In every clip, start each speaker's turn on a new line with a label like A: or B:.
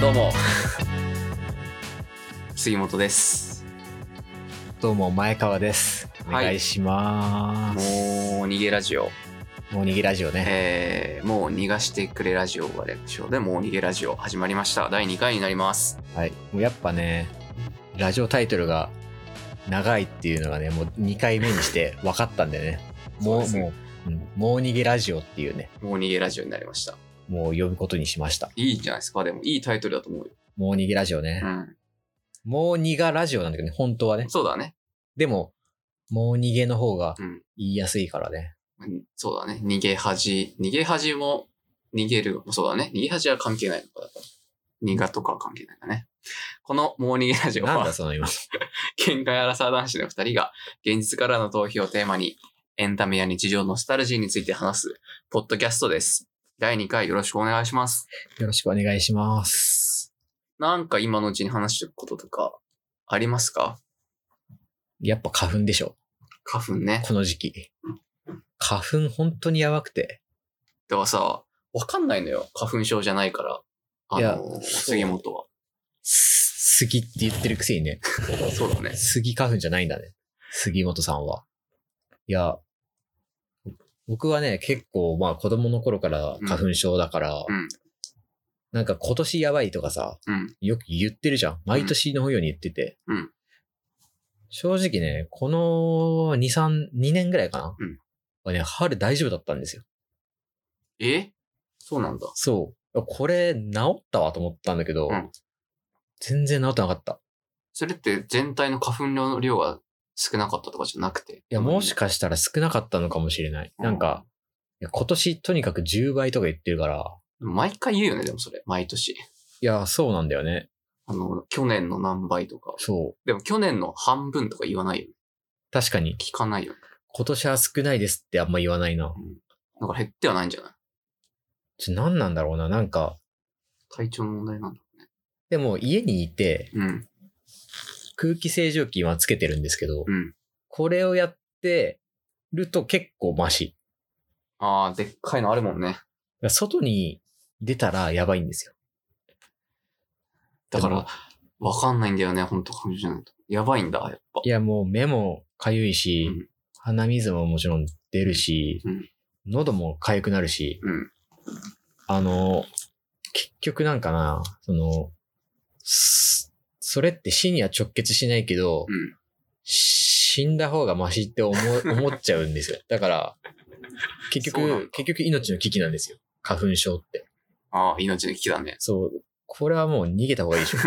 A: ど 杉本です
B: どうも前川です。お願いしま
A: も
B: す。
A: う逃げラジオ、
B: もう逃げラジオね。
A: えー、もう逃がしてくれラジオが略称でもう逃げラジオ始まりました第2回になります
B: はい。もうやっぱね、ラジオタイトルが長いっていうのがね、もう2回目にして分かったんで ね。もう、
A: そうですね
B: もう、うんもう逃げラジオっていうね、
A: もう逃げラジオになりました
B: もう呼ぶことにしました。
A: いいんじゃないですかでもいいタイトルだと思うよ、
B: もう逃げラジオね。もう逃がラジオなんだけどね、本当は
A: う
B: ね
A: ん、。そうだね
B: でも、もう逃げの方が
A: うん
B: 言いやすいからね。
A: うんそうだね逃げ恥逃げ恥も逃げるそうだね逃げ恥は関係ないのかだから逃がとかは関係ないんだねこのもう逃げラジオは
B: なんだその今。
A: 県外アラサー男子の二人が現実からの逃避をテーマにエンタメや日常ノスタルジーについて話すポッドキャストです。第2回よろしくお願いします。
B: よろしくお願いします。
A: なんか今のうちに話しておくこととかありますか
B: やっぱ花粉でしょ。
A: 花粉ね。
B: この時期。花粉本当にやばくて。
A: ではさ、わかんないのよ。花粉症じゃないから。あ
B: いや
A: の、
B: そう
A: 杉本は。
B: す杉って言ってるくせにね、
A: そうだね。
B: 杉花粉じゃないんだね。杉本さんは。いや、僕はね、結構まあ子供の頃から花粉症だから、
A: うんうん
B: なんか今年やばいとかさ、
A: うん。
B: よく言ってるじゃん。毎年のように言ってて。
A: うん
B: 正直ね、この2、3、2年ぐらいかな、
A: うん
B: はね、春大丈夫だったんですよ。
A: えそうなんだ。
B: そう。これ治ったわと思ったんだけど、
A: うん
B: 全然治ってなかった。
A: それって全体の花粉量の量が少なかったとかじゃなくて。い
B: いや、もしかしたら少なかったのかもしれない。なんか、いや今年とにかく10倍とか言ってるから、
A: 毎回言うよね、でもそれ。毎年。
B: いや、そうなんだよね。
A: あの、去年の何倍とか。
B: そう。
A: でも去年の半分とか言わないよね。
B: 確かに、
A: 聞かないよね。
B: 今年は少ないですってあんま言わないな。
A: だから減ってはないんじゃない
B: ちょ何なんだろうな。なんか、
A: 体調の問題なんだ。
B: でも家にいて
A: うん。
B: 空気清浄機今つけてるんですけど、
A: うん。
B: これをやってると結構マシ。
A: ああ、でっかいのあるもんね。
B: だから外に出たらやばいんですよ。
A: だか
B: で
A: ら
B: も、
A: わかんないんだよね、ほんと、感じじゃないと。やばいんだ、やっぱ
B: い。や、もう目もかゆいうし、
A: ん。
B: 鼻水ももちろん出るし、
A: うん
B: 喉もかゆくなるし、
A: うん。
B: あの、結局なんかな、その、すそれって死には直結しないけど、
A: うん
B: 死んだ方がマシって思 う思っちゃうんですよ。だから、結
A: そうなんだ
B: 局、結局命の危機なんですよ。花粉症って。
A: ああ、命の危機だね。
B: そう。これはもう逃げた方がいい でしょ。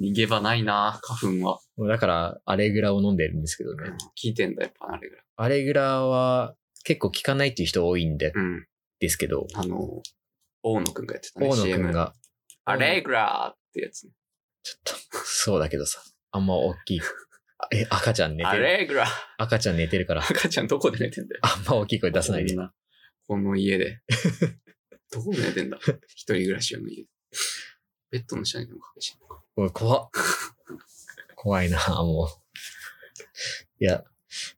A: 逃げ場ないな、花粉は。
B: もうだから、アレグラを飲んでるんですけどね。
A: 聞いてんだ、やっぱ、あれぐらい。
B: アレグラは結構効かないっていう人多いんで、
A: うん。
B: ですけど、
A: あの、大野くんがやってたね、
B: 大野く
A: CM
B: ん。が、
A: アレグラーってやつね。
B: ちょっと、そうだけどさ、あんま大 きい。あえ、赤ちゃん寝
A: ア
B: てる。
A: レグラー。
B: 赤ちゃん寝てるから、
A: 赤ちゃんどこで寝てんだよ。
B: あんま大きい声出さないで
A: こん。この家 で。どこで寝てんだ一人暮らし用の家。ベッドの下にでも隠してんのか。
B: おい、怖っ。怖いな、もう。いや、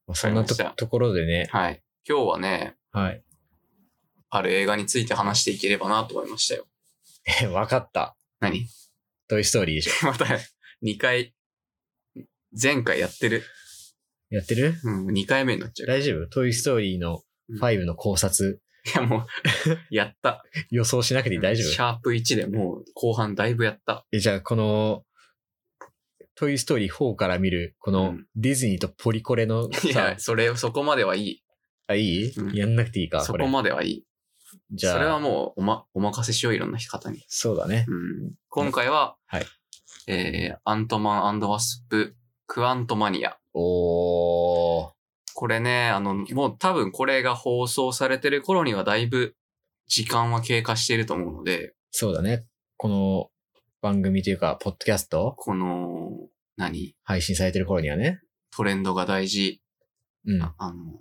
B: まあそんなと
A: わかりました
B: ところでね、
A: はい。今日はね、
B: はい。
A: ある映画について話していければなと思いましたよ。
B: え、わかった。
A: 何
B: トイストーリーでしょ。
A: また、2回、前回やってる。
B: やってる
A: うん、2回目になっちゃう。
B: 大丈夫トイストーリーの5の考察、
A: いや、もう、やった。
B: 予想しなくて大丈
A: シ
B: 夫
A: ャープ1でもう後半だいぶやった。
B: え、じゃあ、この、トイストーリー4から見る、こ
A: う
B: の
A: ん
B: ディズニーとポリコレの
A: いや
B: さ、、
A: それ、そこまではいい。
B: あ、いい
A: うん
B: やんなくていいか、
A: そ
B: こ
A: こ
B: れ。
A: まではいい。
B: じゃあ、
A: それはもうおま、お任せしよう、いろんな方に。
B: そうだね。
A: うん今回は、
B: はい
A: えー、アントマンワスプ、クアントマニア。
B: おー。
A: これね、あの、もう多分これが放送されてる頃にはだいぶ時間は経過していると思うので、
B: そうだね。この番組というか、ポッドキャスト
A: この、何
B: 配信されてる頃にはね。
A: トレンドが大事、
B: うん
A: あ。あの、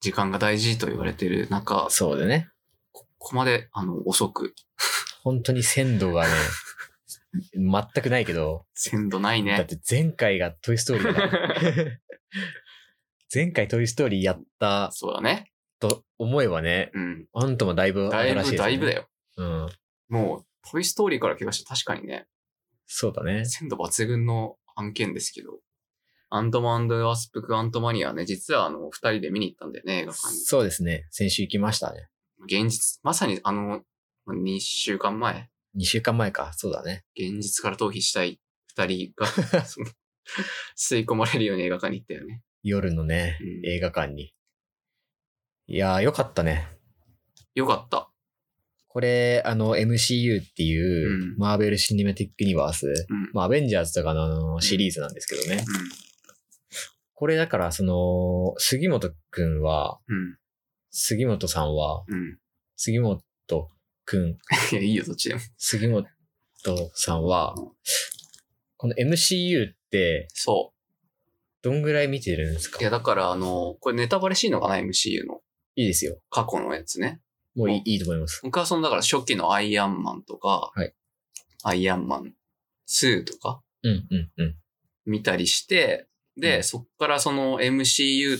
A: 時間が大事と言われてる中、
B: そうだね。
A: ここまで、あの、遅く、
B: 本当に鮮度がね、 全くないけど、
A: 鮮度ない
B: だっ
A: ね。
B: て前回がトイストーリーだから。前回トイストーリーやった
A: そうだね。
B: と思えばね、
A: うん。
B: あんともだいぶ
A: だい
B: 新し
A: ぶ、
B: いです、ね。
A: だいぶだよ。
B: うん。
A: もう、トイストーリーから怪我した確かにね、
B: そうだね。
A: 鮮度抜群の案件ですけど、アントマンワスプクアントマニアね、実はあの、二人で見に行ったんだよね、映画館に。
B: そうですね。先週行きましたね。
A: 現実、まさにあの、2週間前、
B: 2週間前か。そうだね。
A: 現実から逃避したい二人 が、その吸い込まれるように映画館に行ったよね。
B: 夜のね、
A: うん
B: 映画館に。いやー、よかったね。
A: よかった。
B: これ、あの、MCU っていう
A: う、ん
B: マーベル・シネマティック・ユニバース。
A: うん。
B: まあ、アベンジャーズとかのあのシリーズなんですけどね。これだから、その、杉本くんは、
A: うん。
B: 杉本さんは、
A: うん。うん。
B: 杉本くん、
A: いや、いいよ、どっちでも。
B: 杉本さんは、この MCU って、
A: そ
B: どんぐらい見てるんですか
A: う。いや、だから、あの、これネタバレしいのかな、MCU の。
B: いいですよ。
A: 過去のやつね。
B: もう
A: う
B: い
A: ん
B: いいいと思います。
A: 僕はその、だから初期のアイアンマンとか、
B: はい
A: アイアンマン2とか
B: うん、うん、うん。
A: 見たりして、で、
B: うん
A: そっからその MCU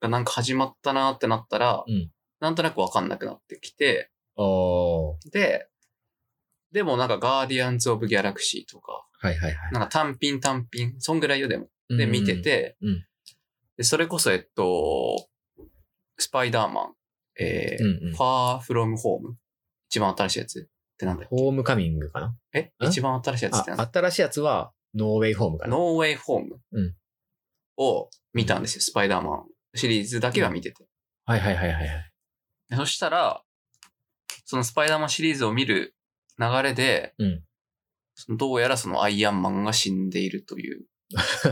A: がなんか始まったなってなったら、
B: うん
A: なんとなくわかんなくなってきて、
B: おー。
A: で、でもなんかガーディアンズ・オブ・ギャラクシーとか、
B: はいはいは
A: なんか単品単品、そんぐらいよでも。
B: い。
A: で、見てて、
B: うんうん
A: で、それこそ、えっと、スパイダーマン、え
B: うん、うん、う
A: ー、
B: ん
A: フ。ァーフロムホーム、一番新しいやつってなんだっけ
B: ホームカミングかな
A: え
B: ん
A: 一番新しいやつってなんだ
B: あ、新しいやつは、ノーウェイホームかな
A: ノーウェイホーム
B: うん
A: を見たんですよ、スパイダーマンシリーズだけは見てて。
B: はいはいはいはいはい。
A: でそしたら、そのスパイダーマンシリーズを見る流れで、
B: うん
A: そのどうやらそのアイアンマンが死んでいると いう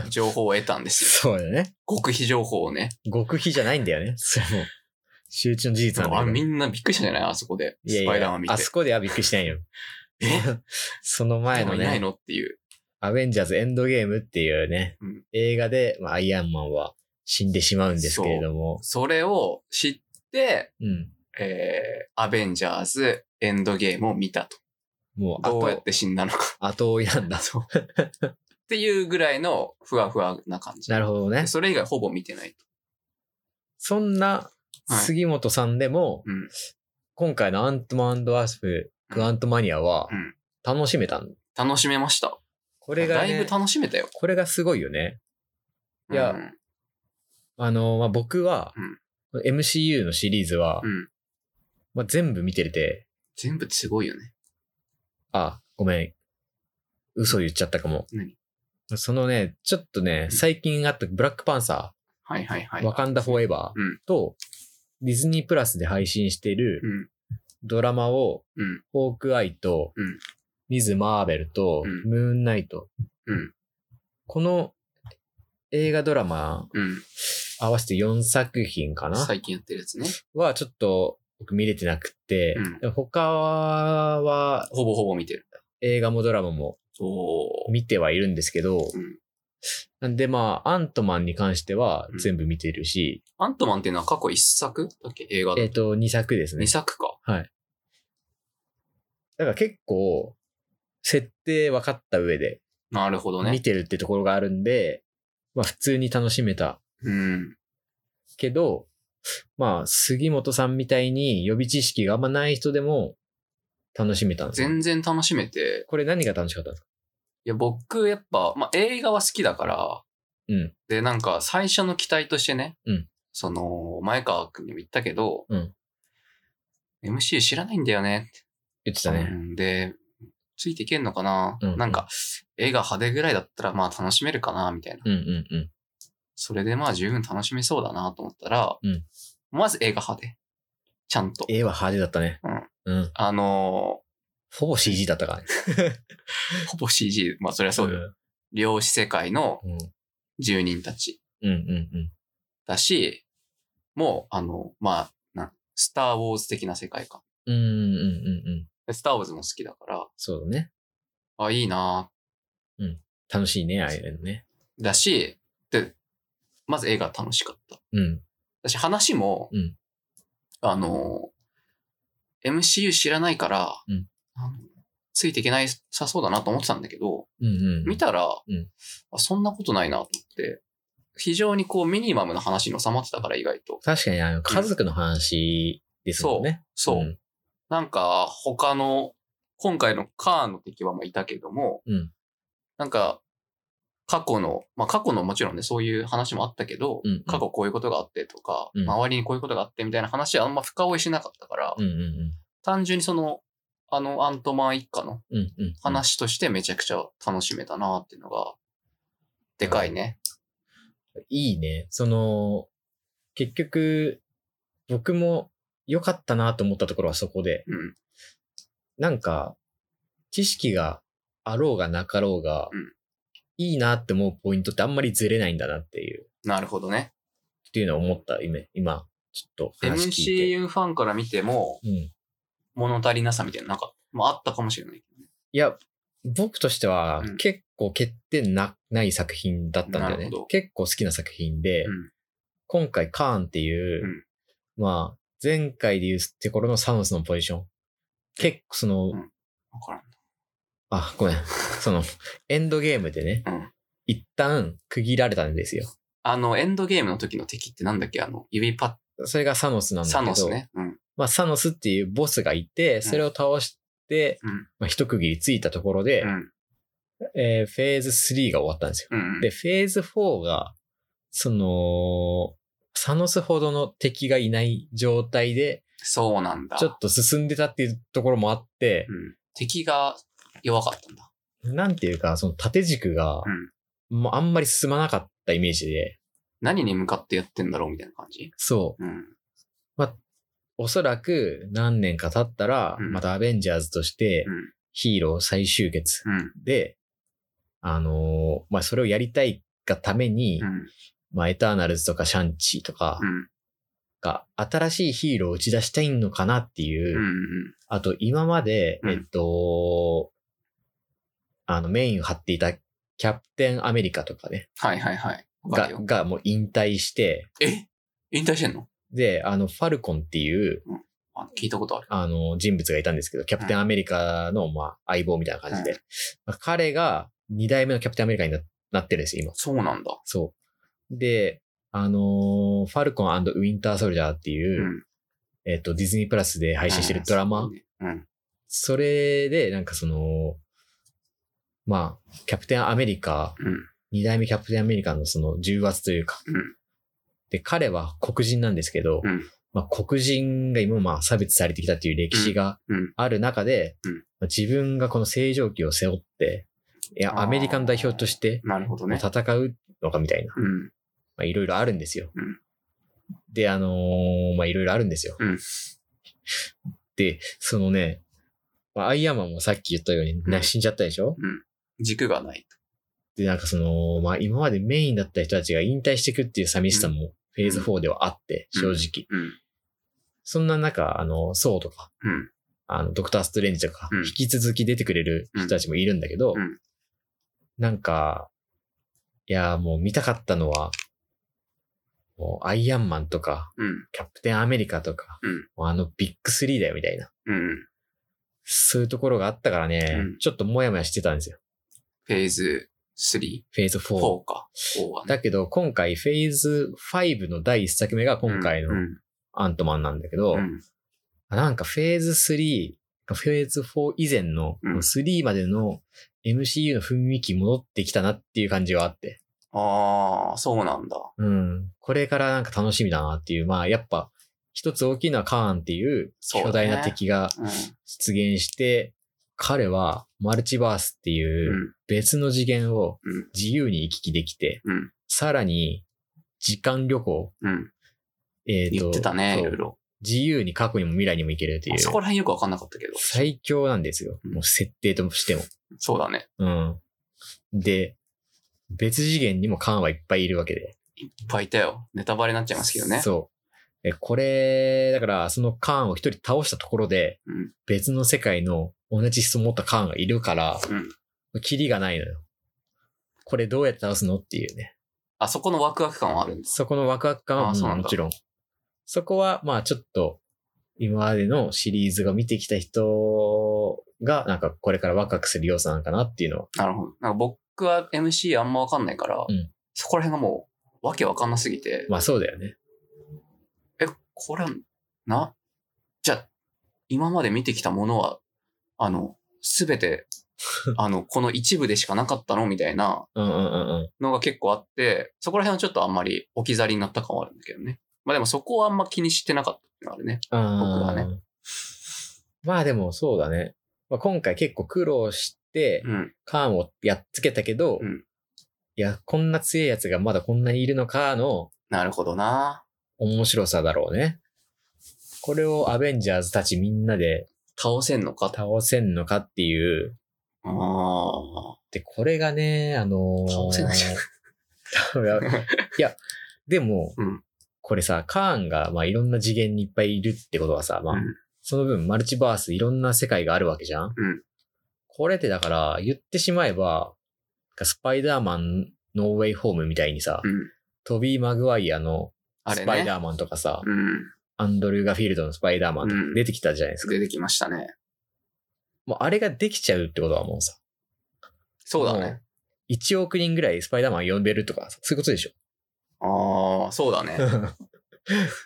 A: 情報を得たんですよ。
B: そうだね。
A: 極秘情報をね。
B: 極秘じゃないんだよね。 それもう、周知の事実なんだ
A: あ
B: けど
A: みんなびっくりしたんじゃないあそこで。
B: いや
A: ス
B: いや
A: パイダーマン見て。
B: あそこではびっくりしないよ。
A: え
B: その
A: 前
B: 前
A: の
B: の
A: いない
B: ね、
A: のっていう。
B: アベンジャーズエンドゲームっていうね、
A: うん
B: 映画で、まあ、アイアンマンは死んでしまうんですけれども、
A: それを知って、
B: うん。
A: えー、アベンジャーズエンドゲームを見たと。
B: もう
A: どうやっ
B: 後、
A: て死んだのか。
B: 後追いなんだ。
A: そう。っていうぐらいのふわふわな感じ。
B: なるほどね。
A: それ以外ほぼ見てない。
B: そんな杉本さんでも、
A: うん。
B: 今回のアントマンワスプ、クアントマニアは
A: うん、
B: 楽しめたん
A: 楽しめました。
B: これが、
A: だい
B: ね
A: ぶ、楽しめたよ。
B: これがすごいよね。いや
A: うん
B: あの、まあ、僕は
A: うん、
B: MCU のシリーズは、
A: うん。
B: まあ、全部見てて、
A: 全部ってすごいよね。
B: あ、ごめん。嘘言っちゃったかも。
A: 何
B: そのね、ちょっとね、
A: うん
B: 最近あったブラックパンサ
A: はいはいは
B: ー、
A: い。
B: ワカンダフォーエバ
A: うん
B: ーと、ディズニープラスで配信している
A: うん。
B: ドラマを、
A: うん。
B: ホークアイと
A: うん、
B: ミズ・マーベルと
A: う、ん
B: ムーンナイト。
A: うん
B: この映画ドラマ
A: うん。
B: 合わせて4作品かな
A: 最近やってるやつね。
B: はちょっと僕見れてなくて、
A: うん
B: でも他は
A: ほぼほぼ見てる。
B: 映画もドラマも
A: おー。
B: 見てはいるんですけど、
A: うん
B: なんでまあ、アントマンに関しては
A: うん
B: 全部見てるし、
A: アントマンっていうのは過去一作だっけ映画だ
B: えっ、。と、2作ですね
A: 二。作か。
B: だから結構、設定分かった上で
A: なるほど
B: 見
A: ね。
B: てるってところがあるんで、まあ普通に楽しめた
A: うん。
B: けど、まあ杉本さんみたいに予備知識があんまない人でも楽しめたんですよ
A: 全然楽しめて。
B: これ何が楽しかったんですか
A: いや、僕、やっぱ、まあ、映画は好きだから、
B: うん。
A: で、なんか最初の期待としてね、
B: うん
A: その、前川君にも言ったけど、
B: うん、
A: MC 知らないんだよねって
B: 言ってた
A: う
B: ね。
A: んで、ついていけんのかな、
B: うん
A: なんか、絵が派手ぐらいだったらまあ楽しめるかなみたいな。
B: うんうんうん。
A: それでまあ十分楽しめそうだなと思ったら、
B: うん
A: まず絵が派手。ちゃんと。
B: 絵は派手だったね。うん。
A: あの
B: ほぼ CG だったからね。
A: ーほぼ CG、まあ そりゃそうだよ。量子世界の
B: うん。
A: 住人たち
B: うんうんうん。
A: だし、もう、あの、まあ、なんスター・ウォーズ的な世界観。
B: うんうんうんうん。
A: でスター・ウォーズも好きだから、
B: そうだね。
A: あ、いいな
B: 楽しいね、ああいうのね。
A: ぁだし、で、まず映画楽しかった。
B: うん。
A: だし、話も、
B: うん
A: あのー、MCU 知らないから、
B: うん
A: あのついていけないさそうだなと思ってたんだけど、
B: うんうん。
A: 見たら、
B: うん
A: あそんなことないなと思って、非常にこうミニマムな話に収まってたから意外と。
B: 確かに、あの、家族の話ですもんね。
A: そう。
B: ん。
A: なんか、他の今回のカーンの敵はまあいたけども、
B: うん
A: なんか、過去の、まあ過去のもちろんね、そういう話もあったけど、
B: うんうん
A: 過去こういうことがあってとか、
B: うん
A: 周りにこういうことがあってみたいな話はあんま深追いしなかったから、
B: うんうん
A: 単純にその、あのアントマン一家の
B: うん。うんうん。
A: 話としてめちゃくちゃ楽しめたなっていうのが、でかいね。
B: いいね。その、結局、僕も良かったなと思ったところはそこで、
A: うん。
B: なんか、知識があろうがなかろうが、
A: うん
B: いいなって思うポイントってあんまりずれないんだなっていう、
A: なるほどね。
B: っていうのを思った、今、今ちょっと話聞いて。
A: MCU ファンから見ても、
B: うん。い
A: 物足りなさみたいな、なんか、まああったかもしれないけどね。
B: や、僕としては
A: うん
B: 結構欠点なない作品だったんだよ
A: なる
B: ね
A: ほど。
B: 結構好きな作品で、
A: うん
B: 今回カーンっていう、まあ、前回で言うってころのサノスのポジション。結構その、
A: んわからん。
B: あ、ごめん。その、エンドゲームでね、
A: うん
B: 一旦区切られたんですよ。
A: あの、エンドゲームの時の敵ってなんだっけあの、指パ
B: それがサノスなん
A: ッ、
B: だけど、
A: サノスね。うん。
B: まあ、サノスっていうボスがいて、それを倒して、
A: うん
B: まあ、一区切りついたところで、
A: うん。
B: えーフェーズ3が終わったんです
A: う
B: よ。
A: ん。
B: で、フェーズ4が、その、サノスほどの敵がいない状態で、
A: そうなんだ。
B: ちょっと進んでたっていうところもあって、
A: うん、敵が弱かったんだ。
B: なんていうか、その縦軸が、もうあんまり進まなかったイメージで、
A: 何に向かってやってんだろうみたいな感じ。
B: そう。
A: うん。
B: おそらく何年か経ったら、
A: うん
B: またアベンジャーズとして
A: うん
B: ヒーロー再集結
A: うん。
B: で、あのーまあ、それをやりたいがために、
A: うん。
B: まあ、エターナルズとかシャンチーとか
A: うん。
B: が新しいヒーローを打ち出したいのかなっていう、
A: うん。
B: あと今まで、
A: うん
B: えっと、あのメインを張っていたキャプテンアメリカとかね、
A: はいはいはい。わか
B: が
A: る、よ。
B: がもう引退して、
A: え引退してんの
B: で、あの、ファルコンっていう、
A: あ聞いたことある。
B: あの、人物がいたんですけど、キャプテンアメリカの、まあ、相棒みたいな感じで。
A: う
B: まあ彼が2代目のキャプテンアメリカにななってるんですよ、今。
A: そうなんだ。
B: そう。で、あのーファルコンウィンターソルジャーっていうう、
A: ん。
B: えっと、ディズニープラスで配信してるドラマ、
A: うんそうね
B: それで、なんかその、まあ、キャプテンアメリカ、
A: うん。
B: 2代目キャプテンアメリカのその重圧というか、
A: うん。うん。
B: で、彼は黒人なんですけど、
A: うん
B: まあ、黒人が今まあ差別されてきたという歴史が
A: うんうん
B: ある中で、
A: うん
B: まあ自分がこの正常期を背負って、い
A: あ
B: や、
A: ー
B: アメリカの代表として
A: なるほどね。
B: 戦うのかみたいな、
A: うん。
B: まあ、いろいろあるんですよ。
A: うん
B: で、あのーまあ、いろいろあるんですよ。
A: うん
B: で、そのね、まあ、アイアンマンもさっき言ったように、
A: うん
B: 死んじゃったでしょ、
A: 軸がない。
B: で、なんかその、まあ、今までメインだった人たちが引退してくっていう寂しさも、フェーズ4ではあって、
A: うん
B: 正直。
A: うん。
B: そんな中、あの、ソーとか、
A: うん
B: あの、ドクター・ストレンジとか、
A: うん
B: 引き続き出てくれる人たちもいるんだけど、
A: うん
B: なんか、いやー、もう見たかったのは、もうアイアンマンとか、
A: うん。
B: キャプテンアメリカとか、
A: うん
B: もうあのビッグスリーだよみたいな、
A: うん。
B: そういうところがあったからね、
A: うん
B: ちょっともやもやしてたんですよ。
A: フェーズ3、
B: フェーズ4。
A: 4か。4はね。
B: だけど、今回、フェーズ5の第1作目が今回
A: う
B: の
A: ん。
B: アントマンなんだけど、
A: うんうん
B: なんかフェーズ3、フェーズ4以前の
A: うん
B: 3までの MCU の雰囲気戻ってきたなっていう感じはあって。
A: ああ、そうなんだ。
B: うん。これからなんか楽しみだなっていう。まあやっぱ一つ大きいのはカーンっていう
A: そうだ
B: 巨
A: ね
B: 大な敵が
A: うん。
B: 出現して、彼はマルチバースって
A: う。
B: いうん別の次元を
A: うん
B: 自由に行き来できて、
A: うん
B: さらに時間旅行、
A: うん。
B: えー
A: 言ってたね、い
B: そう
A: ろいろ。
B: 自由に過去にも未来にも行けるってい
A: あ
B: う
A: そ。こら辺よくわかんなかったけど。
B: 最強なんですよ。
A: うん
B: もう設定としても。
A: そうだね。
B: うん。で、別次元にもカーンはいっぱいいるわけで。
A: いっぱいいたよ。ネタバレになっちゃいますけどね。
B: そう。え、これ、だから、そのカーンを一人倒したところで、
A: うん
B: 別の世界の同じ質問を持ったカーンがいるから、
A: うん。
B: キリがないのよ。これどうやって倒すのっていうね。
A: あそこのワクワク感はあるんです。
B: そこのワクワク感
A: あ
B: は
A: そう
B: も
A: なんだ
B: もちろん。そこは、まあちょっと、今までのシリーズが見てきた人が、なんかこれからワクワクする要素なのかなっていうのは。
A: なるほど。なんか僕は MC あんまわかんないから、
B: うん
A: そこら辺がもう、わけわかんなすぎて、
B: まあそうだよね。
A: え、これは、な、じゃあ、今まで見てきたものは、あの、すべ て、あの、この一部でしかなかったのみたいな
B: うんうんうんうん。
A: のが結構あって、そこら辺はちょっとあんまり置き去りになった感はあるんだけどね。まあでもそこはあんま気にしてなかったっていうのはあるね。
B: 僕
A: はね。
B: まあでもそうだね。まあ、今回結構苦労して、
A: うん。
B: カーンをやっつけたけど、
A: うん
B: いや、こんな強いやつがまだこんなにいるのかの
A: なるほどな。
B: 面白さだろうね。これをアベンジャーズたちみんなで
A: 倒せんのか。
B: 倒せんのかっていう。
A: ああ。
B: で、これがね、あのー
A: 倒せないじゃん
B: いや。いや、でも、
A: うん
B: これさ、カーンが、まあ、いろんな次元にいっぱいいるってことはさ、まあ、
A: うん
B: その分マルチバースいろんな世界があるわけじゃん。
A: うん
B: これってだから言ってしまえば、スパイダーマンノーウェイホームみたいにさ、
A: うん。
B: トビー・マグワイアの
A: あれね。
B: スパイダーマンとかさ、
A: うん。
B: アンドルー・ガフィールドのスパイダーマンとか
A: うん
B: 出てきたじゃないですか。
A: 出てきましたね。
B: もうあれができちゃうってことはもうさ、
A: そうだね。
B: 1億人ぐらいスパイダーマン呼べるとか、そういうことでしょ。
A: ああ、そうだ ね。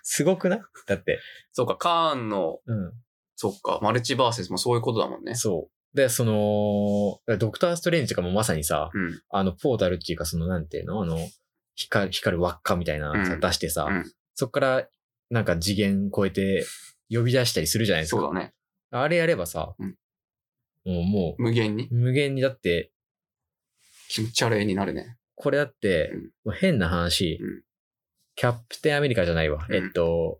B: すごくないだって、
A: そうか、カーンの、
B: うん、
A: そっか、マルチバーセスもそういうことだもんね。
B: そう。で、その、ドクター・ストレンジとかもまさにさ、
A: うん。
B: あの、ポータルっていうか、その、なんていうのあの、光光る輪っかみたいなのさ
A: うん
B: 出してさ、
A: うん
B: そっから、なんか次元超えて呼び出したりするじゃないです
A: そう
B: か。
A: だね。
B: あれやればさ、
A: うん
B: もう、も
A: 無限に
B: う、無限にだって、
A: 気持ち悪いになるね。
B: これだって
A: うん、
B: もう変な話、
A: うん
B: キャプテンアメリカじゃないわ。
A: うん
B: えっと、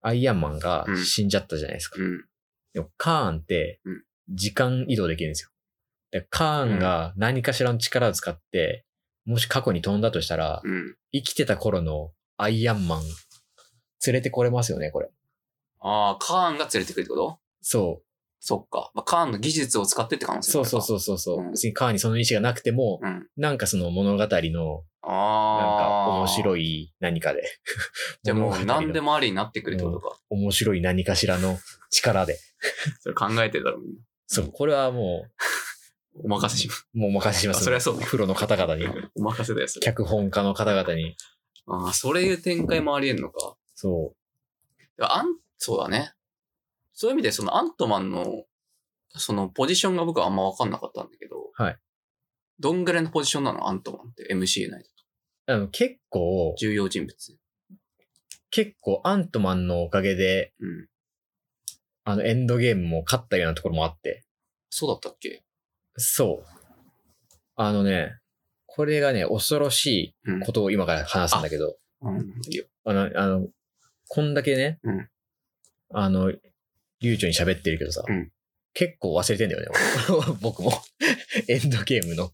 B: アイアンマンが
A: うん
B: 死んじゃったじゃないですか。
A: うん。
B: でもカーンって
A: うん、
B: 時間移動できるんですよ。でカーンが何かしらの力を使って、もし過去に飛んだとしたら、
A: うん。
B: 生きてた頃のアイアンマン、連れてこれますよね、これ。
A: ああ、カーンが連れてくるってこと
B: そう。
A: そっか。まあ、カーンの技術を使ってって可能性。
B: そうそうそううそうそう、
A: うん
B: 別にカーンにその意思がなくても、
A: うん。
B: なんかその物語の、なん
A: あ
B: か
A: あ。
B: 面白
A: い。
B: い何かで。
A: じゃあもう何で
B: も。
A: もありになってくるってことか。
B: 面白い何かしらの力で。
A: それ考えてるだろう、みんな。
B: そう、これはも
A: お任せします。
B: う、もうお任せしま
A: あ
B: す。
A: そりゃそうだ
B: プロの方々に、
A: お任せだよ、それ。
B: 脚本家の方々に。
A: ああ、そういう展開もありえんのか。
B: そう。
A: あん、そうだね。そういう意味で、そのアントマンの、そのポジションが僕はあんま分かんなかったんだけど、
B: はい。
A: どんぐらいのポジションなのアントマンって、MCU 内で。
B: あの結構、
A: 重要人物。
B: 結構アントマンのおかげで、
A: うん。
B: あのエンドゲームも勝ったようなところもあって。
A: そうだったっけ
B: そう。あのね、これがね、恐ろし
A: うん
B: いことを今から話すんだけど、
A: うん。いいよ。
B: あの、あの、こんだけね、
A: うん
B: あの、流暢に喋ってるけどさ、
A: うん
B: 結構忘れてんだよね、俺 僕も。エンドゲームの、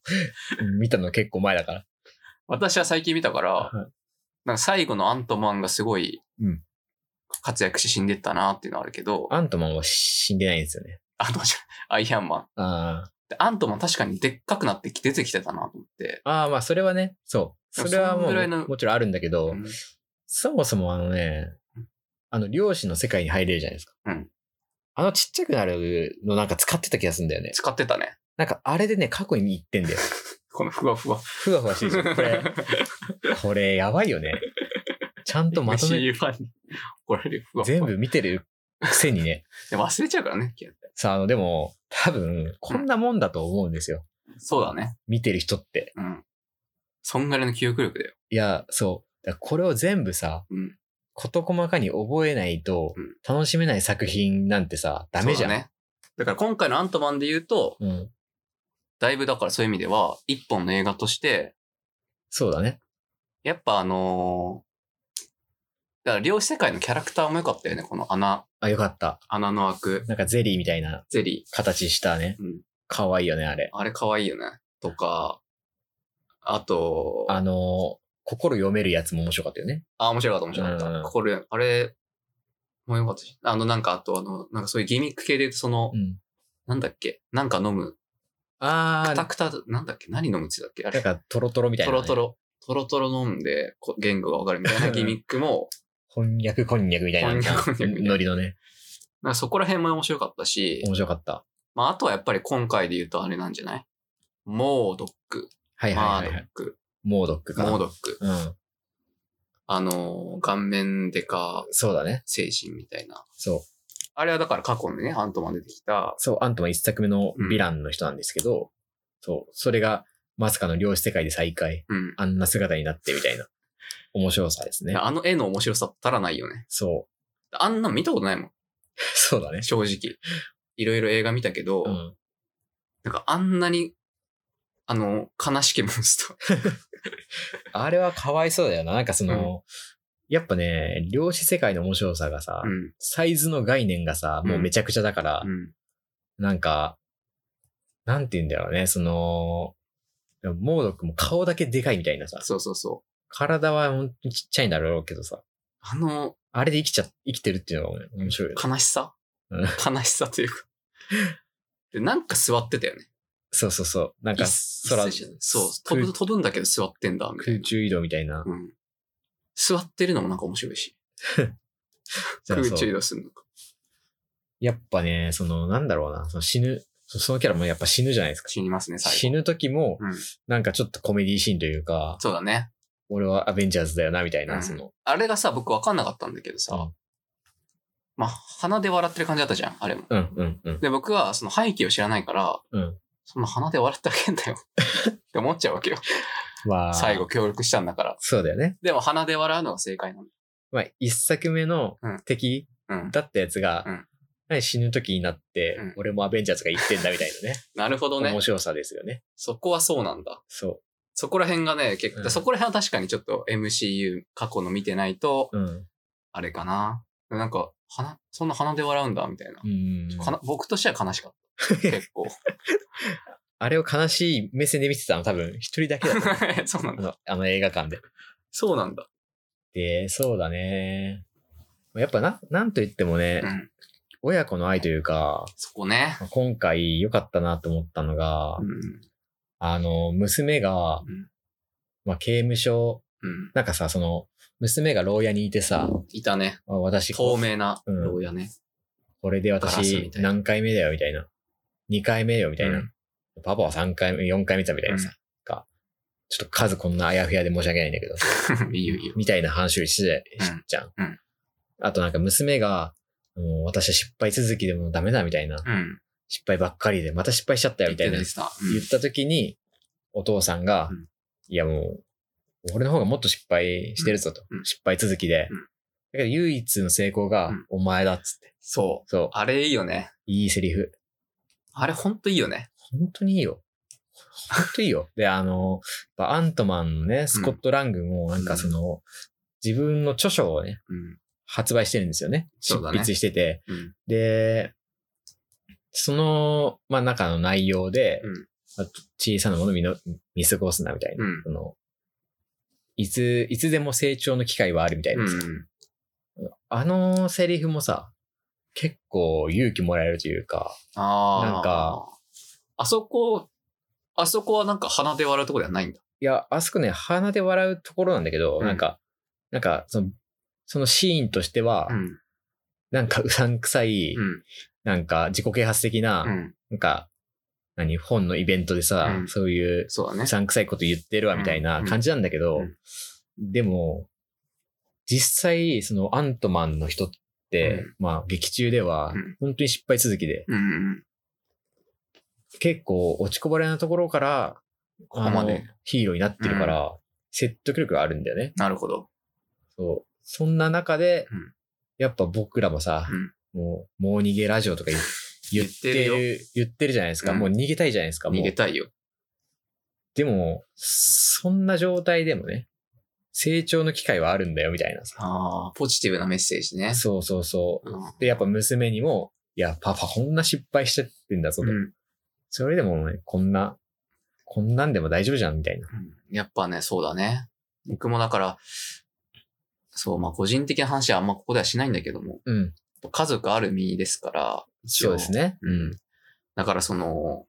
B: 見たの結構前だから。
A: 私は最近見たから、なんか最後のアントマンがすごい
B: うん、
A: 活躍して死んでったなっていうのはあるけど、
B: アントマンは死んでないんですよね。
A: あの、じゃ ないアイアンマン。
B: あ
A: でアントマン確かにでっかくなってき出てきてたなと思って。
B: あ。ああ、まあ、それはね、そう。それは
A: そ
B: も、
A: んぐらいうの
B: もちろんあるんだけど、
A: うん
B: そもそもあのね
A: うん、
B: あの、漁師の世界に入れるじゃないですか。
A: うん
B: あのちっちゃくなるのなんか使ってた気がするんだよね。
A: 使ってたね。
B: なんかあれでね、過去に行ってん だよ。
A: このふわふわ。
B: ふわふわしてるじゃん。これ、これやばいよね。ちゃんと まとめ、
A: MCU ファンに怒られるよふわふわ。
B: 全部見てるくせにね。
A: で忘れちゃうからね。
B: さあ、あの、でも、多分、こんなもんだと思うんですよ。
A: そうだね。
B: 見てる人って。
A: うん。そんぐらいの記憶力だよ。
B: いや、そう。だからこれを全部さ、
A: うん。
B: 事細かに覚えないと
A: うん、
B: 楽しめない作品なんてさ、ダメじゃん。
A: そうだね。だから今回のアントマンで言うと、
B: うん。
A: だいぶだからそういう意味では、一本の映画として、
B: そうだね。
A: やっぱあのーだから両世界のキャラクターも良かったよね。この穴、
B: あ、よかった。
A: 穴の開く
B: なんかゼリーみたいな
A: ゼリ
B: 形したね
A: ー。。うん。
B: かわいいよね、あれ。
A: あれ可愛いよね。とか、あと、
B: あの、心読めるやつも面白かったよね。
A: あ、面白かった、面白かっ
B: うんう
A: た。
B: ん
A: これ、あれ、もうよかったし。あの、なんか、あと、あの、なんかそういうギミック系で言うと、その、
B: うん。
A: なんだっけ、なんか飲む。
B: あ
A: くた
B: ー、
A: くた、なんだっけ、何飲むって言ってたっけ、
B: な
A: あ
B: ん
A: れ。
B: かトロトロみたい
A: ト
B: なね、
A: ロトロ。トロトロ飲んで、こ言語がわかるみたいなギミック も、
B: こんにゃくこんにゃくみたいな。
A: こんにゃくこんにゃくみたいな
B: ノリのね。
A: なんかそこら辺も面白かったし、
B: 面白かった。
A: まあ、あとはやっぱり今回で言うとあれなんじゃないモードック、
B: はい
A: マ
B: は
A: ー
B: い
A: ド
B: はいは
A: ッ
B: い。
A: ク、
B: モードックかな。
A: モードック。
B: うん。
A: あのー、顔面デカ
B: そうだね。
A: 精神みたいな。
B: そ
A: あれはだから過去にね、アントマン出てきた、
B: そう、アントマン一作目のヴィランの人なんですけど、そう、それがまさかの量子世界で再会、
A: うん。
B: あんな姿になってみたいな面白さですね。
A: あの絵の面白さ足らないよね。
B: そう。
A: あんなん見たことないもん、
B: そうだね。
A: 正直。いろいろ映画見たけど、
B: うん。
A: なんかあんなに、あの、悲しきモンスター。
B: あれはかわいそうだよな。なんかその、やっぱね、量子世界の面白さがさ、
A: うん。
B: サイズの概念がさ、もうめちゃくちゃだから、
A: うん。
B: なんか、なんて言うんだろうね、その、猛毒も顔だけでかいみたいなさ、
A: そうそうそう。
B: 体はほんとにちっちゃいんだろうけどさ、
A: あの、
B: あれで生きちゃ、生きてるっていうのが面白いよね。
A: 悲しさ
B: うん
A: 悲しさというか。で、なんか座ってたよね。
B: そうそうそう。なん
A: い
B: か
A: っす
B: 空
A: いっすじゃないそう飛ぶ。
B: 空
A: 飛ぶんだけど座ってんだ、みたい
B: 空
A: な。
B: 中移動みたいな。
A: うん。座ってるのもなんか面白いし。
B: そう
A: 空
B: そう
A: 中移動するのか。
B: やっぱね、その、なんだろうな、その死ぬ、そそのキャラもやっぱ死ぬじゃないですか。
A: 死にますね、最後。
B: 死ぬ時も、
A: うん
B: なんかちょっとコメディシーンというか、
A: そうだね。
B: 俺はアベンジャーズだよな、みたいな、
A: うん
B: その、
A: あれがさ、僕分かんなかったんだけどさ、
B: うん
A: まあ、鼻で笑ってる感じだったじゃん、あれも。
B: うんうんうん。
A: で、僕はその背景を知らないから、
B: うん
A: その鼻で笑ってあげんだよ って思っちゃうわけよ。
B: まあ、
A: 最後。協力したんだから。
B: そうだよね。
A: でも鼻で笑うのが正解なの。
B: まあ、一作目の
A: うん
B: 敵
A: うん。
B: だったやつが、
A: うん
B: 何死ぬ時になって、
A: うん
B: 俺もアベンジャーズが生きてんだみたい なね。
A: なるほどね
B: 面。白さですよね。
A: そこはそうなんだ。
B: そ
A: そこら辺がね、結構、
B: うん
A: そこら辺は確かにちょっと MCU 過去の見てないと、
B: う。うん。
A: あれかな。なんか、鼻、そんな鼻で笑うんだ、みたいな。
B: うん
A: かな僕としては悲しか った。結構。
B: あれを悲しい目線で見てたの多分一人だけだ った。
A: そうなん
B: あ
A: だ。
B: のあの映画館で。
A: そうなんだ。
B: で、そうだね。やっぱな、なんと言ってもね、
A: うん。
B: 親子の愛というか、
A: そこね。
B: 今回良かったなと思ったのが、
A: うん。
B: あの、娘が、
A: うん
B: まあ、刑務所、
A: うん。
B: なんかさ、その、娘が牢屋にいてさ、
A: いたね。
B: あ私、
A: 透明な
B: うん
A: 牢屋ね。
B: これで
A: ガラスみ
B: 私
A: たいな
B: 何回目だよみたいな。2回目よみたいな。
A: うん
B: パパは3回目、4回目だみたいなさ。
A: う
B: がちょっと数こんなあやふやで申し訳ないんだけど、
A: いいよいいよ。
B: みたいな話をして
A: うん
B: しじゃん。
A: うん
B: あとなんか娘が、もう私は失敗続きでもダメだみたいな。
A: うん。
B: 失敗ばっかりで、また失敗しちゃったよ
A: 言っ
B: みた
A: て
B: い
A: た
B: な。
A: 言
B: 言
A: ってた。
B: った時に、お父さんが、
A: うん
B: いやもう、俺の方がもっと失敗してるぞと。
A: うんうん
B: 失敗続きで。
A: うん
B: だけど唯一の成功
A: う
B: が
A: ん
B: お前だっつって。
A: そう。
B: そう。
A: あれいいよね。
B: いいセリフ。
A: あれほんといいよね。
B: 本当にいいよ。本当い いよ。で、あの、やっぱアントマンのね、スコット・ラングも、なんかその、自分の著書をね、
A: うん。
B: 発売してるんですよね。
A: そ
B: 執
A: うだね
B: 筆してて。
A: うん。
B: で、その、まあ、中の内容で、
A: うん
B: まあ小さなもの見の見過ごすな、みたいな。
A: うん
B: そのいつ、いつでも成長の機会はあるみたいなさ、
A: うん。
B: あのセリフもさ、結構勇気もらえるというか、
A: ああ。
B: なんか、
A: あそこ、あそこはなんか鼻で笑うとこではないんだ。
B: いや、あそこね、鼻で笑うところなんだけど、
A: うん
B: なんか、なんか、その、そのシーンとしては、
A: うん。
B: なんかうさんくさい、
A: うん。
B: なんか自己啓発的な、
A: うん。
B: なんか、何、本のイベントでさ、
A: うん
B: そういう
A: そうだね
B: う。さんくさいこと言ってるわ、みたいな感じなんだけど、
A: うんうん
B: でも、実際、そのアントマンの人って、
A: うん
B: まあ、劇中では
A: うん、
B: 本当に失敗続きで、
A: うんうん。
B: 結構落ちこぼれなところから、
A: ここま
B: あの
A: で。
B: ヒーローになってるから、説得力があるんだよね。
A: なるほど。
B: そう。そんな中で、
A: うん
B: やっぱ僕らもさ、もう、もう逃げラジオとか言う言
A: 言
B: っ
A: って
B: て
A: るよ
B: る、言ってるじゃないですか。
A: うん
B: もう逃げたいじゃないですか。もう
A: 逃げたいよ。
B: でも、そんな状態でもね、成長の機会はあるんだよ、みたいなさ。
A: ああ、ポジティブなメッセージね。
B: そうそうそう。
A: うん
B: で、やっぱ娘にも、いや、パパこんな失敗してってんだぞと。
A: うん
B: それでもね、こんな、こんなんでも大丈夫じゃん、みたいな。
A: やっぱね、そうだね。僕もだから、そう、まあ個人的な話はあんまここではしないんだけども、
B: うん。
A: 家族ある身ですから、一
B: そ
A: 応
B: うです。ね。
A: うん。だからその、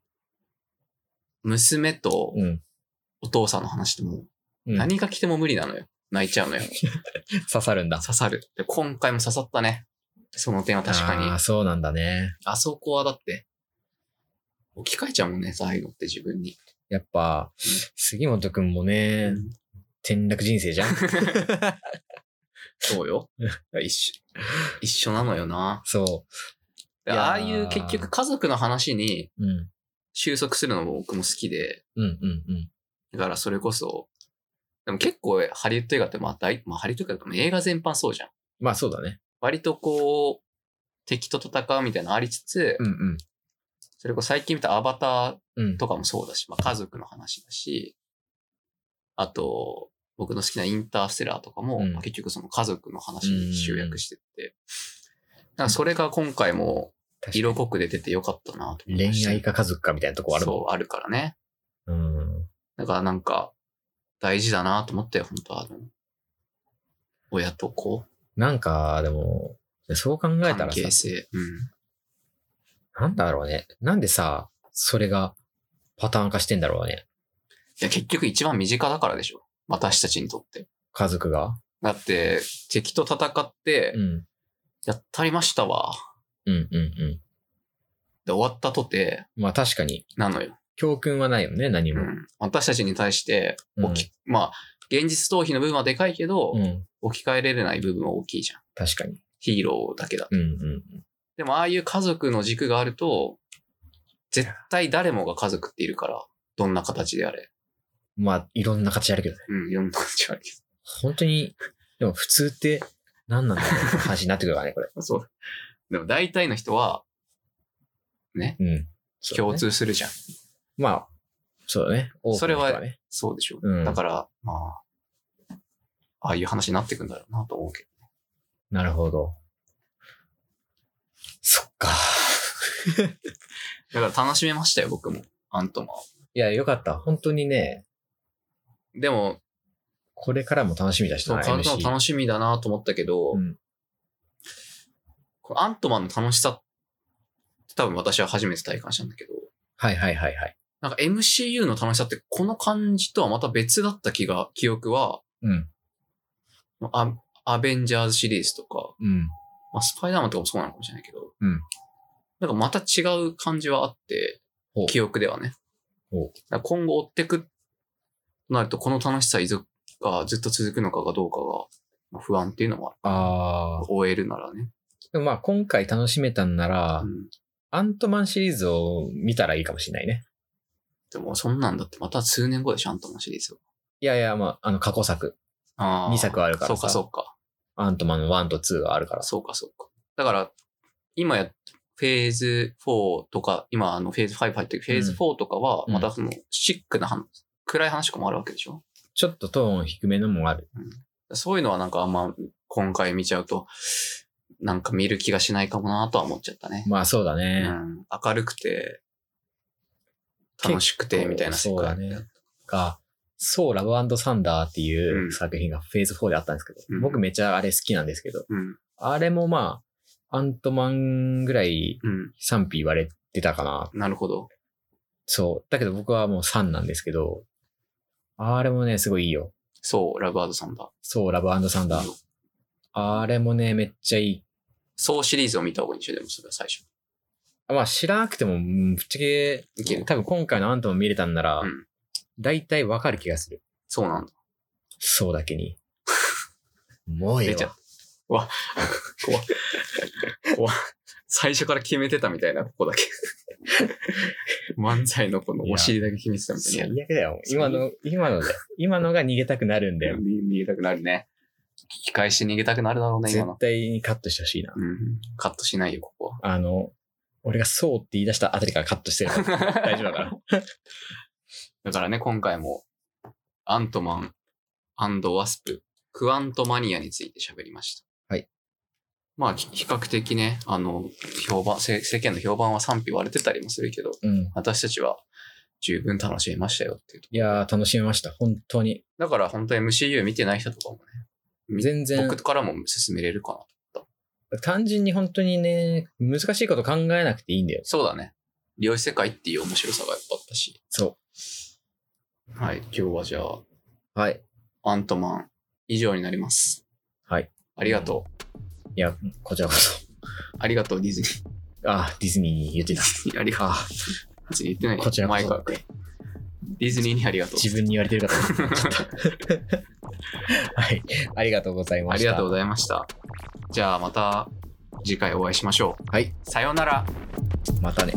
A: 娘と
B: うん。
A: お父さんの話でも、
B: うん、
A: 何が来ても無理なのよ。泣いちゃうのよ。
B: 刺さるんだ。
A: 刺さる。で、今回も刺さったね。その点は確かに。
B: あー
A: あ
B: そうなんだね。
A: そこはだって、置き換えちゃうもんね、最後って自分に。
B: やっぱ、杉本くんもね、転落人生じゃん
A: そうよ。一緒。一緒なのよな。
B: そう。
A: で
B: いやー
A: ああいう結局家族の話に
B: うん。
A: 収束するのも僕も好きで、
B: うんうんうん。
A: だからそれこそ、でも結構ハリウッド映画ってまあ大、まあ、ハリウッド映画って映画全般そうじゃん。
B: まあそうだね。
A: 割とこう、敵と戦うみたいなのありつつ、
B: うんうん。
A: それこそ最近見たアバター
B: うん。
A: とかもそうだし、まあ家族の話だし、あと、僕の好きなインターステラーとかも、
B: うん
A: まあ結局その家族の話に集約してって、なんかそれが今回も色濃く出ててよかったなと思いまし
B: 恋
A: た
B: 愛か家族かみたいなとこあるもん。
A: そう、あるからね。
B: うん。
A: だからなんか、大事だなと思って、本当あの、親と子、
B: なんか、でも、そう考えた
A: 関
B: ら
A: 係
B: さ、
A: 性。うん。
B: なんだろうね。なんでさ、それがパターン化してんだろうね。
A: いや、結局一番身近だからでしょ。私たちにとって。
B: 家族が。
A: だって、敵と戦って、
B: うん。
A: やったりましたわ。
B: うんうんう
A: で、終わったとて、
B: ん。まあ確かに、
A: なのよ。
B: 教訓はないよね、何
A: う
B: も。
A: ん。私たちに対して、
B: うん
A: 起き、まあ、現実逃避の部分はでかいけど、
B: うん。
A: 置き換えれれない部分は大きいじゃん。
B: 確かに。
A: ヒーローだけだと。
B: うんうん。
A: でも、ああいう家族の軸があると、絶対誰もが家族っているから、どんな形であれ。
B: まあ、いろんな価値あるけどね。
A: うん、いろんな形があるけ
B: 本当に、でも普通って何なんだろうねって話になってくるから ね、これ。
A: ど。そう。でも、大体の人は、ね、
B: うん。
A: 共
B: そうだね。
A: 通するじゃん。
B: まあ、そうだね。
A: それは
B: 多くの人ね、
A: そうでしょ。
B: うん
A: だから、まあ、ああいう話になってくんだろうなと思うけ
B: なるほど。そっか。
A: ど。だから楽しめましたよ、僕も。アントマ
B: いや、よかった。本当にね、
A: ン。でも、
B: これからも楽しみだし
A: そう、
B: な、
A: アントマン
B: MC
A: 楽しみだなと思ったけど、
B: うん
A: このアントマンの楽しさって多分私は初めて体感したんだけど、
B: はいはいはいはい。
A: なんか MCU の楽しさってこの感じとはまた別だった気が、記憶は、
B: うん。
A: アアベンジャーズシリーズとか、
B: うん。
A: まあ、スパイダーマンとかもそうなのかもしれないけど、
B: うん
A: なんかまた違う感じはあって
B: ほう、
A: 記憶ではね。
B: ほう
A: だから今後追ってくとなると、この楽しさ遺族がずっと続くのかがどうかが不安っていうのもあ
B: あ
A: る。終えるならね。
B: あ。まあ、今回楽しめたんなら、
A: うん
B: アントマンシリーズを見たらいいかもしれないね。
A: でも、そんなんだってまた数年後でしょ、アントマンシリーズ
B: いやいや、まあ、あの、過去作。
A: あ
B: 2作あるから
A: そう
B: さ
A: か、そうか。
B: アントマンの1と2があるから。
A: そうか、そうか。だから、今やっ、フェーズ4とか、今あのフェーズ5入ってるフェーズ4とかは、
B: うん
A: またそのシックな話、暗い話とかもあるわけでしょ
B: ちょっとトーン低めのもある。
A: そういうのはなんかあんま今回見ちゃうと、なんか見る気がしないかもなとは思っちゃったね。
B: まあ、そうだ
A: う
B: ね。
A: ん、明るくて、楽しくてみたいな世
B: そうだ
A: 界。
B: ね。が、そう、ラブサンダーっていう作品がフェーズ4であったんですけど、
A: うん
B: 僕めちゃあれ好きなんですけど、
A: うん、
B: あれもまあ、アントマンぐらい
A: うん、
B: 賛否言われてたかな。
A: なるほど。
B: そう。だけど僕はもう3なんですけど、あれもね、すごいいいよ。
A: そう、ラブアードさんだ。
B: そう、ラブサンダー。あれもね、めっちゃいい。
A: そうシリーズを見た方がいいんでしょ、でもそれは最初。
B: まあ知らなくても、うんぶっちゃけ、
A: いける。
B: 多分今回のアントマン見れたんなら
A: うん、
B: 大体わかる気がする。
A: そうなんだ。
B: そうだけ に。もういい
A: 出ちゃっ
B: わ
A: た。わ、怖っ怖っ最初から決めてたみたいな、ここだけ。漫才のこのお尻だけ決めてたみたいな
B: 最
A: や
B: 悪だよ。今の、今ので、今のが逃げたくなるんだよ
A: つ。。逃げたくなるね。聞き返して逃げたくなるだろうね、今の
B: 絶。対にカットしてほしいな。
A: うん。カットしないよ、ここは。
B: あの、俺がそうって言い出したあたりからカットしてる。
A: 大
B: 大丈夫だから。
A: だからね、今回も、アントマンワスプ、クアントマニアについて喋りました。
B: はい。
A: まあ、き比較的ね、あの、評判、世世間の評判は賛否割れてたりもするけど、
B: うん。
A: 私たちは十分楽しめましたよっていうと。
B: いやー、楽しみました。本当に。
A: だから本当に MCU 見てない人とかもみ
B: 全然、
A: 僕からも勧めれるかな。
B: 単純に本当にね、難しいこと考えなくていいんだよ。
A: そうだね。量子世界っていう面白さがやっぱあったし。
B: そ
A: はい、今日はじゃあ、
B: う。はい。
A: アントマン以上になります。
B: はい。
A: ありがと
B: いや、こちらこそ。
A: う。ありがとう、ディズニ
B: あー、ディズニーに言ってた。
A: ー。ありがとう。別に言ってない。
B: こちらこ
A: 前
B: そ
A: 川君。ディズニーにありがとう。
B: 自分に言われてるか と思っちゃった。はい。ありがとうございま
A: あ
B: し
A: り
B: た。
A: がとうございました。じゃあまた次回お会いしましょう。
B: はい、
A: さようなら。
B: またね。